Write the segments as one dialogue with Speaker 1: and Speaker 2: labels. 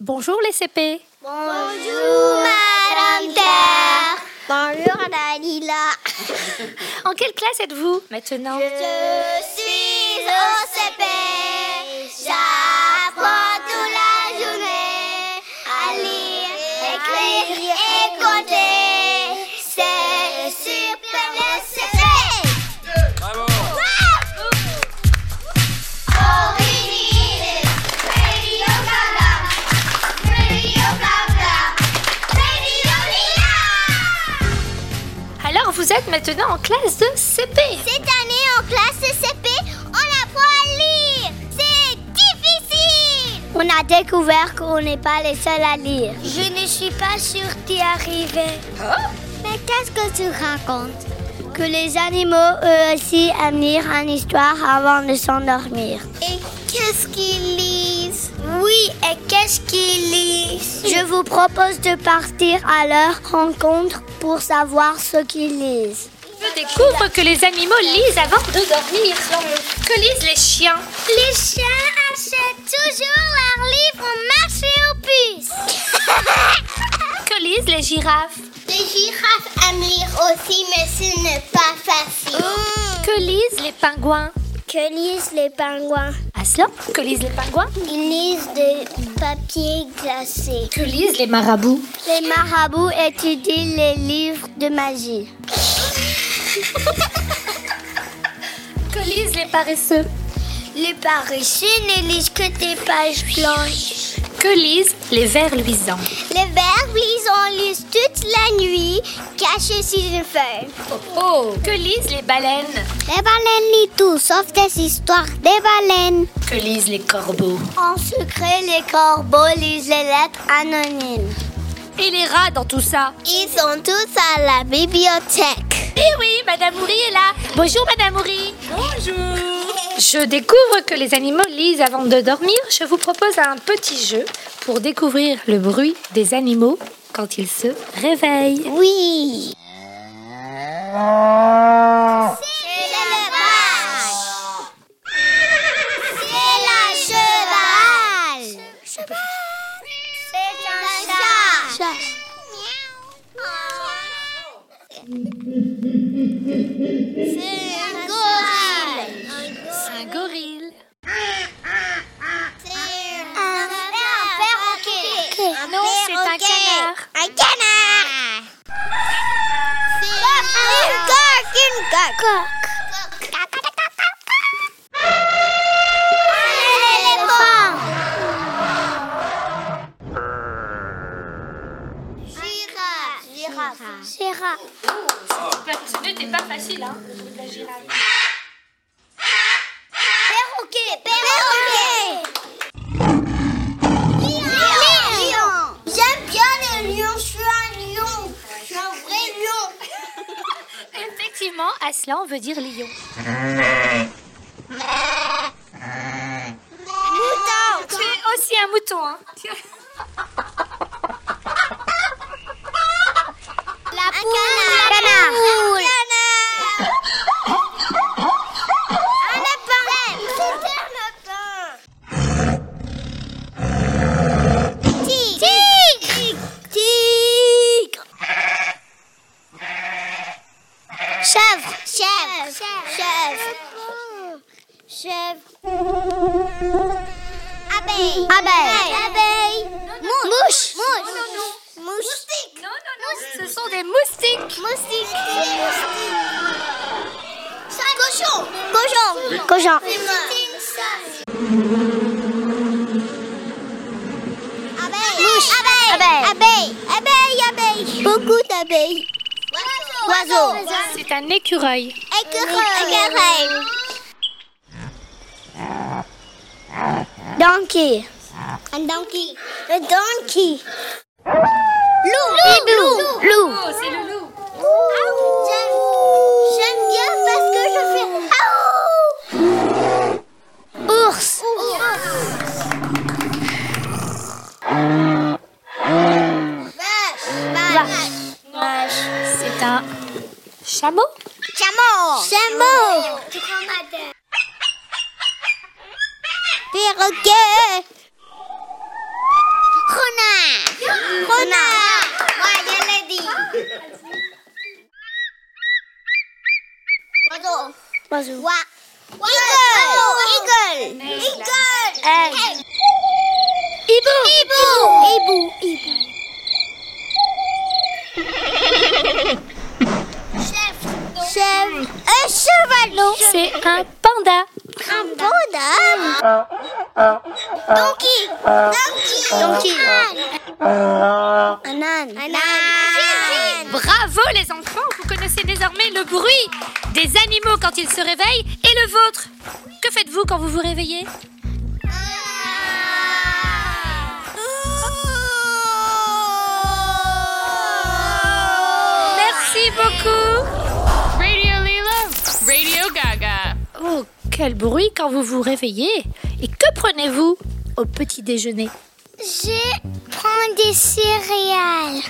Speaker 1: Bonjour les CP.
Speaker 2: Bonjour Madame Terre. Bonjour Dalila.
Speaker 1: En quelle classe êtes-vous maintenant
Speaker 2: Je suis au CP. J'apprends toute la journée à lire, écrire et compter. C'est super le CP.
Speaker 1: Alors vous êtes maintenant en classe de CP.
Speaker 2: Cette année en classe CP, on apprend à lire. C'est difficile. On a découvert qu'on n'est pas les seuls à lire. Je ne suis pas sûre d'y arriver. Mais qu'est-ce que tu racontes Que les animaux, eux aussi, aiment lire une histoire avant de s'endormir. Et qu'est-ce qu'ils lisent Oui, et qu'est-ce qu'ils lisent Je vous propose de partir à leur rencontre pour savoir ce qu'ils lisent.
Speaker 1: Je découvre que les animaux lisent avant de dormir. Que lisent les chiens
Speaker 2: Les chiens achètent toujours leurs livres au marché aux puces.
Speaker 1: Que lisent les girafes
Speaker 2: Les girafes aiment lire aussi, mais ce n'est pas facile.
Speaker 1: Que lisent les pingouins
Speaker 2: Oh. Que lisent les pingouins
Speaker 1: Aslan Que lisent les pingouins
Speaker 2: Ils lisent des papiers glacés.
Speaker 1: Que lisent les marabouts
Speaker 2: Les marabouts étudient les livres de magie.
Speaker 1: Que lisent les paresseux
Speaker 2: Les paresseux ne lisent que des pages blanches.
Speaker 1: Que lisent les vers luisants
Speaker 2: Les verbes, ils en lisent toute la nuit, cachés sur une feuille.
Speaker 1: Oh Que lisent les baleines
Speaker 2: Les baleines lisent tout, sauf des histoires des baleines.
Speaker 1: Que lisent les corbeaux
Speaker 2: En secret, les corbeaux lisent les lettres anonymes.
Speaker 1: Et les rats dans tout ça
Speaker 2: Ils sont tous à la bibliothèque.
Speaker 1: Eh oui, Madame Houry est là. Bonjour, Madame Houry. Bonjour. Je découvre que les animaux lisent avant de dormir. Je vous propose un petit jeu pour découvrir le bruit des animaux quand ils se réveillent.
Speaker 2: Oui. C'est le vache. C'est la cheval. C'est un chat. C'est un gorille.
Speaker 1: Un gorille.
Speaker 2: Un perroquet.
Speaker 1: Non, c'est un canard.
Speaker 2: Un canard. Une coque, une coque. Un éléphant. Girafe. Girafe. Girafe.
Speaker 1: Ce n'était pas facile, hein
Speaker 2: Perroquet, perroquet. Lion. Lion. J'aime bien les lions, je suis un lion. Je suis un vrai lion.
Speaker 1: Effectivement, Aslan veut dire lion.
Speaker 2: Mouton.
Speaker 1: Tu es aussi un mouton, hein
Speaker 2: La poule. Un canard. Poule. canard. un lapin. C'est un lapin. Tigre. Tigre. Tigre. Chèvre. Chèvre. Chèvre. Chèvre. Abeille. Abeille. Abeille. Mouche. Mouche. Moustique.
Speaker 1: Non, non, non, ce sont des moustiques.
Speaker 2: Moustique. Cochon. Cochon. Cochon. Abeille. Abeille. Abeille. Abeille. Abeille. Beaucoup d'abeilles. Oiseau.
Speaker 1: C'est un écureuil.
Speaker 2: Écureuil. Écureuil. Donkey. Un donkey. Un donkey. Loup. Loup. Loup.
Speaker 1: Oh, c'est le loup.
Speaker 2: J'aime j'aime bien parce que je fais aouh. Ours. Vache. Vache.
Speaker 1: C'est un chameau.
Speaker 2: Chameau. Chameau. Perroquet. Moi, je l'ai dit. Oiseau. Oiseau. Eagle. Eagle. Eagle. Hibou. Hibou. Hibou. Chef. Chef. Un chevalot.
Speaker 1: C'est un panda.
Speaker 2: Un bonhomme. Donkey. Donkey. Donkey. Un âne. Un âne.
Speaker 1: Bravo les enfants, vous connaissez désormais le bruit des animaux quand ils se réveillent et le vôtre. Que faites-vous quand vous vous réveillez Merci beaucoup.
Speaker 3: Radio Lila, Radio Gaga.
Speaker 1: Oh, quel bruit quand vous vous réveillez. Et que prenez-vous au petit déjeuner
Speaker 2: Je prends des céréales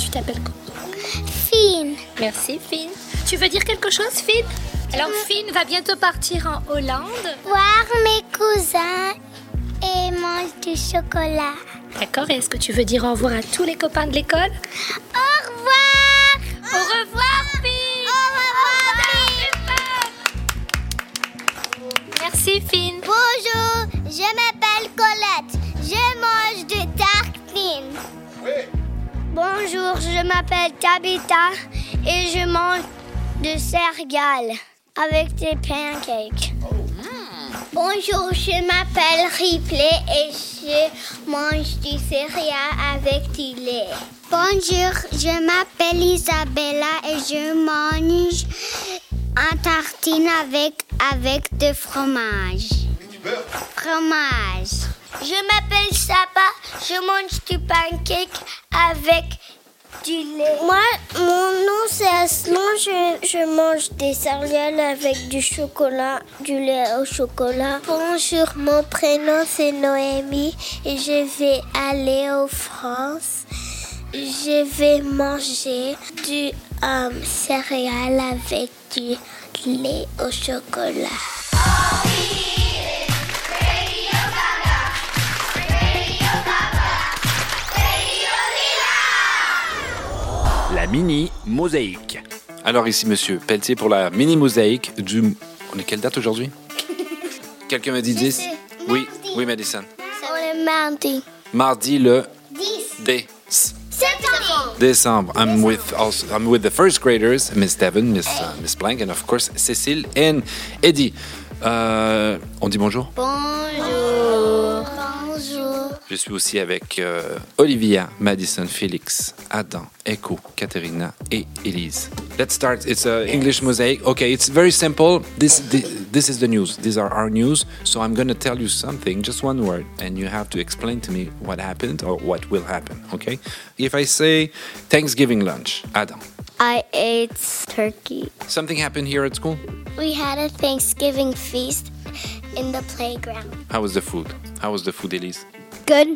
Speaker 1: Tu t'appelles comment
Speaker 2: fines.
Speaker 1: Merci Finn. Tu veux dire quelque chose Finn Alors Finn va bientôt partir en Hollande.
Speaker 2: Voir mes cousins et mange du chocolat.
Speaker 1: D'accord, et est-ce que tu veux dire au revoir à tous les copains de l'école
Speaker 2: Au revoir.
Speaker 1: Au revoir Finn
Speaker 2: Au revoir.
Speaker 1: Merci Finn.
Speaker 2: Bonjour, je m'appelle Colette. Je mange des tartines. Bonjour, je m'appelle Tabitha et je mange de céréales avec des pancakes. Bonjour, je m'appelle Ripley et je mange du céréales avec du lait. Bonjour, je m'appelle Isabella et je mange un tartine avec, avec de fromage. Fromage. Je m'appelle Saba, je mange du pancake avec du lait. Moi, mon nom c'est Aslan, je, je mange des céréales avec du chocolat, du lait au chocolat. Bonjour, mon prénom c'est Noémie et je vais aller en France. Je vais manger du euh, céréales avec du lait au chocolat.
Speaker 4: La mini mosaïque.
Speaker 5: Alors ici, monsieur Pelletier pour la mini-mosaïque du... On est quelle date aujourd'hui? Quelqu'un m'a dit 10?
Speaker 2: sais.
Speaker 5: Oui,
Speaker 2: Mardi.
Speaker 5: oui, Madison.
Speaker 2: On est mardi.
Speaker 5: Mardi le
Speaker 2: 10
Speaker 5: D.
Speaker 2: septembre.
Speaker 5: Décembre. I'm with also, I'm with the first graders, Miss Devon, Miss uh, Miss Blank, and of course Cécile and Eddie. Euh, on dit bonjour.
Speaker 2: Bonjour. Bonjour.
Speaker 5: Je suis aussi avec euh, Olivia, Madison, Félix, Adam, Echo, Katerina et Elise. Let's start. It's an English mosaic. Okay, it's very simple. This, thi- this is the news. These are our news. So I'm going to tell you something, just one word, and you have to explain to me what happened or what will happen. Okay? If I say Thanksgiving lunch, Adam,
Speaker 2: I ate turkey.
Speaker 5: something happened here at school?
Speaker 2: We had a Thanksgiving feast in the playground.
Speaker 5: How was the food? How was the food, Elise?
Speaker 2: Good.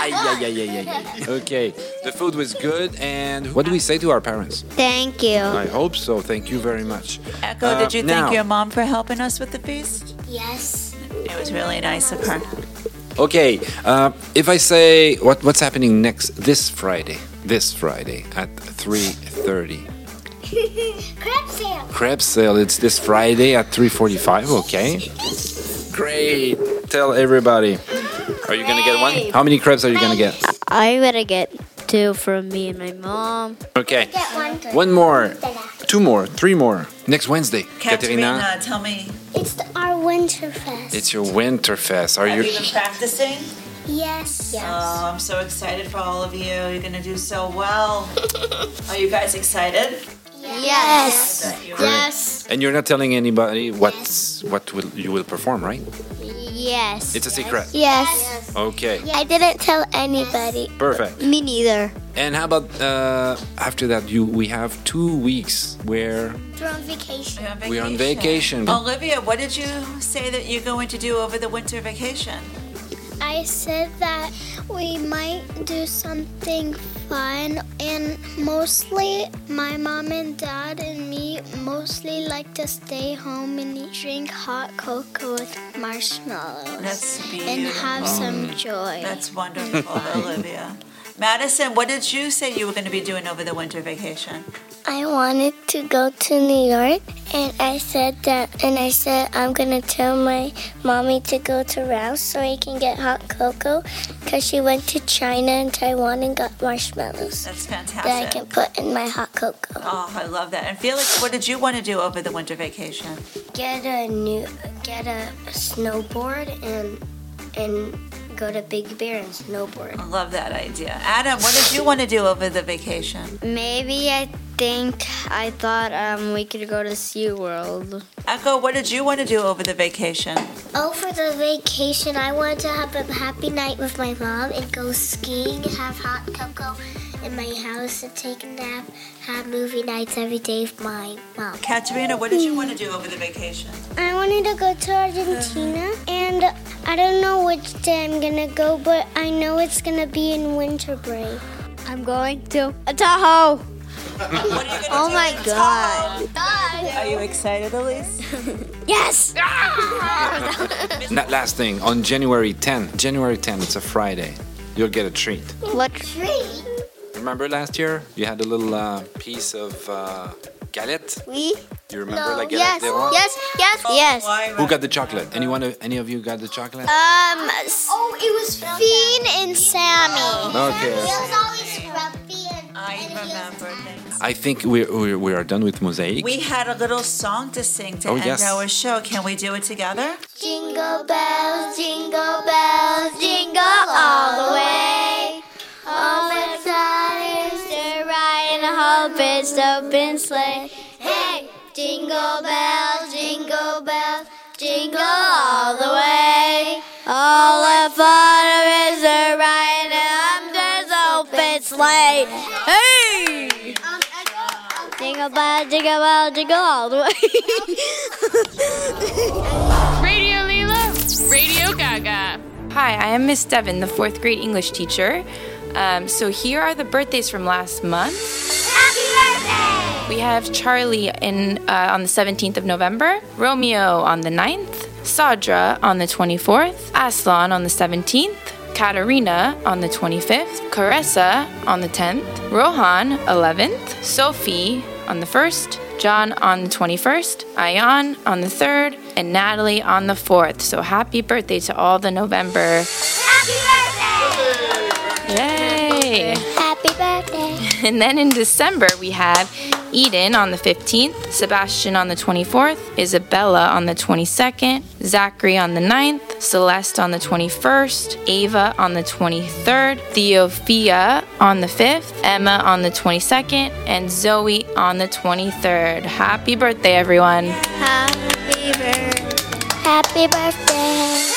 Speaker 5: Aïe, aïe, aïe, aïe, aïe, aïe. Okay, the food was good, and what do we say to our parents?
Speaker 2: Thank you.
Speaker 5: I hope so. Thank you very much.
Speaker 6: Echo,
Speaker 5: Uh,
Speaker 6: did you
Speaker 5: now-
Speaker 6: thank your mom for helping us with the feast?
Speaker 2: Yes.
Speaker 6: It was really nice of her.
Speaker 5: Okay. Uh, if I say what what's happening next this Friday, this Friday at three thirty,
Speaker 2: Crab sale.
Speaker 5: crab sale. It's this Friday at three forty-five. Okay. Great. Tell everybody. Are you gonna get one? How many crabs are you gonna get?
Speaker 7: I'm gonna get two from me and my mom.
Speaker 5: Okay.
Speaker 2: Get one.
Speaker 5: One more. Two more. Three more. Next Wednesday. Katerina.
Speaker 6: Katerina, tell me,
Speaker 2: It's the, our winter fest.
Speaker 5: It's your Winterfest. Are
Speaker 6: have
Speaker 5: you?
Speaker 6: you been practicing?
Speaker 2: yes.
Speaker 6: Oh, I'm so excited for all of you. You're gonna do so well. Are you guys excited?
Speaker 2: Yes.
Speaker 7: Yes.
Speaker 5: And you're not telling anybody what's what will you will perform, right?
Speaker 7: Yes.
Speaker 5: It's a secret.
Speaker 2: Yes.
Speaker 5: Okay.
Speaker 2: I didn't tell anybody.
Speaker 5: Perfect.
Speaker 7: me neither.
Speaker 5: And how about uh, after that? You we have two weeks where
Speaker 2: We're on vacation.
Speaker 6: You're on
Speaker 5: We're on vacation.
Speaker 6: Olivia, what did you say that you're going to do over the winter vacation?
Speaker 2: I said that we might do something fun, and mostly my mom and dad and me mostly like to stay home and eat- drink hot cocoa with marshmallows
Speaker 6: That's
Speaker 2: and have
Speaker 6: beautiful.
Speaker 2: some joy.
Speaker 6: That's wonderful, Olivia. Madison, what did you say you were going to be doing over the winter vacation?
Speaker 2: I wanted to go to New York, and I said that, and I said I'm gonna tell my mommy to go to Ralph's so he can get hot cocoa, cause she went to China and Taiwan and got marshmallows
Speaker 6: That's
Speaker 2: that I
Speaker 6: fantastic.
Speaker 2: can put in my hot cocoa.
Speaker 6: Oh, I love that. And Felix, what did you want to do over the winter vacation?
Speaker 2: Get a new, get a snowboard and and go to Big Bear and snowboard.
Speaker 6: I love that idea. Adam, what did you want to do over the vacation?
Speaker 7: Maybe I think I thought um, we could go to SeaWorld.
Speaker 6: Echo, what did you want to do over the vacation?
Speaker 2: Oh, for the vacation, I wanted to have a happy night with my mom and go skiing, have hot cocoa in my house, and take a nap, have movie nights every day with my mom.
Speaker 6: Katerina, what did you want to do over the vacation?
Speaker 2: I wanted to go to Argentina, and I don't know which day I'm gonna go, but I know it's gonna be in winter break.
Speaker 7: I'm going to Tahoe.
Speaker 6: What are you going to
Speaker 7: Oh my god.
Speaker 6: Are you excited, Elise?
Speaker 7: Yes.
Speaker 5: Not last thing, on January 10, January 10, it's a Friday. You'll get a treat.
Speaker 7: What?
Speaker 5: Remember last year? You had a little uh, piece of uh, galette?
Speaker 7: We?
Speaker 5: You remember like galette?
Speaker 7: Yes.
Speaker 5: they
Speaker 2: Oh.
Speaker 5: want?
Speaker 7: Yes. Yes.
Speaker 2: Um,
Speaker 6: Oh,
Speaker 7: Yes.
Speaker 5: Who got the chocolate? Anyone? Any of you got the chocolate?
Speaker 7: Um.
Speaker 2: Oh, it was Fiend and Sammy.
Speaker 7: Uh,
Speaker 5: Okay.
Speaker 2: always grumpy and
Speaker 6: I remember things.
Speaker 5: I think we we, we are done with mosaic.
Speaker 6: We had a little song to sing to
Speaker 5: Oh,
Speaker 6: end
Speaker 5: yes.
Speaker 6: our show. Can we do it together?
Speaker 2: Jingle bells, jingle bells, jingle all the way. All the time.
Speaker 7: They're riding a whole bitch open sleigh. Hey, jingle bells, jingle bells, jingle all the way. All the fun there is to ride in this open sleigh. Hey! Jingle bell, jingle bell, jingle all the way.
Speaker 3: Radio Leela, Radio Gaga.
Speaker 8: Hi, I am Miss Devon, the fourth grade English teacher. Um, so here are the birthdays from last month. We have Charlie in uh, on the 17th of November, Romeo on the 9th, Sadra on the 24th, Aslan on the 17th, Katerina on the 25th, Caressa on the 10th, Rohan 11th, Sophie on the 1st, John on the 21st, Ayan on the 3rd, and Natalie on the 4th. So happy birthday to all the November. Yay!
Speaker 2: Happy birthday.
Speaker 8: And then in December, we have Eden on the 15th, Sebastian on the 24th, Isabella on the 22nd, Zachary on the 9th, Celeste on the 21st, Ava on the 23rd, Theophia on the 5th, Emma on the 22nd, and Zoe on the 23rd. Happy birthday, everyone!
Speaker 7: Happy birthday.
Speaker 2: Happy birthday.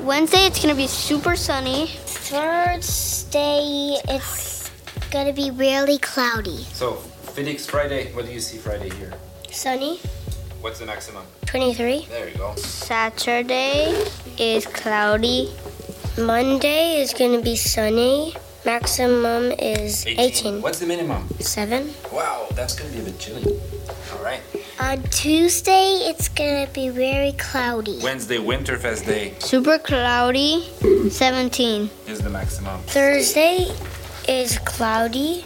Speaker 7: Wednesday, it's gonna be super sunny.
Speaker 2: Thursday, it's gonna be really cloudy.
Speaker 5: So Phoenix Friday. What do you see Friday here?
Speaker 2: Sunny,
Speaker 5: What's the maximum?
Speaker 2: 23.
Speaker 5: There you go.
Speaker 7: Saturday is cloudy.
Speaker 2: Monday is gonna be sunny. Maximum is 18.
Speaker 5: What's the minimum?
Speaker 2: 7.
Speaker 5: Wow, that's gonna be a bit chilly. All right.
Speaker 2: On Tuesday, it's gonna be very cloudy.
Speaker 5: Wednesday Winterfest Day
Speaker 7: Super cloudy, 17.
Speaker 5: is the maximum.
Speaker 2: Thursday is cloudy.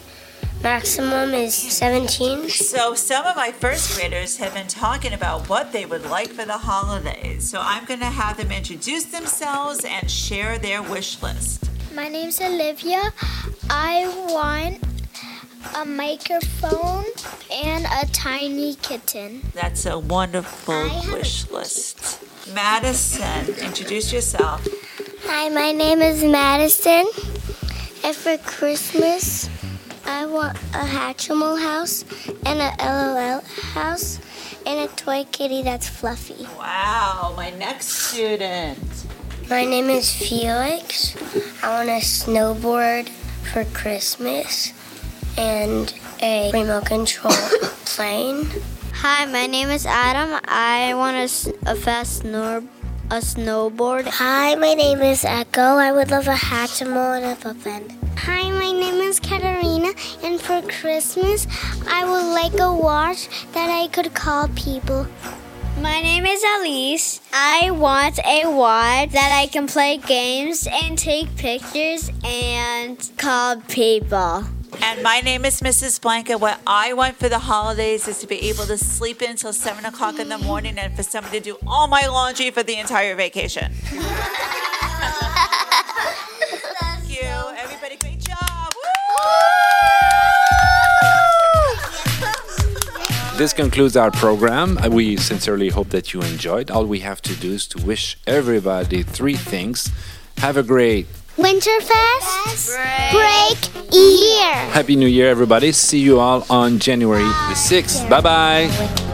Speaker 2: Maximum is 17.
Speaker 6: So, some of my first graders have been talking about what they would like for the holidays. So, I'm going to have them introduce themselves and share their wish list.
Speaker 2: My name's Olivia. I want a microphone and a tiny kitten.
Speaker 6: That's a wonderful
Speaker 2: have a-
Speaker 6: wish list. Madison, introduce yourself.
Speaker 2: Hi, my name is Madison. And for Christmas, I want a Hatchimal house and a LOL house and a toy kitty that's fluffy.
Speaker 6: Wow, my next student.
Speaker 2: My name is Felix. I want a snowboard for Christmas and a remote control plane.
Speaker 7: Hi, my name is Adam. I want a, s- a fast snor- a snowboard.
Speaker 2: Hi, my name is Echo. I would love a Hatchimal and a Puffin. Hi, my name is Katarina, and for Christmas, I would like a watch that I could call people.
Speaker 7: My name is Elise. I want a watch that I can play games and take pictures and call people.
Speaker 6: And my name is Mrs. Blanca. What I want for the holidays is to be able to sleep in until 7 o'clock in the morning and for somebody to do all my laundry for the entire vacation. Thank you. Everybody, great job.
Speaker 5: This concludes our program. Uh, We sincerely hope that you enjoyed. All we have to do is to wish everybody three things. Have a great
Speaker 2: Winterfest break year.
Speaker 5: Happy New Year, everybody. See you all on January the 6th. Bye bye.
Speaker 2: with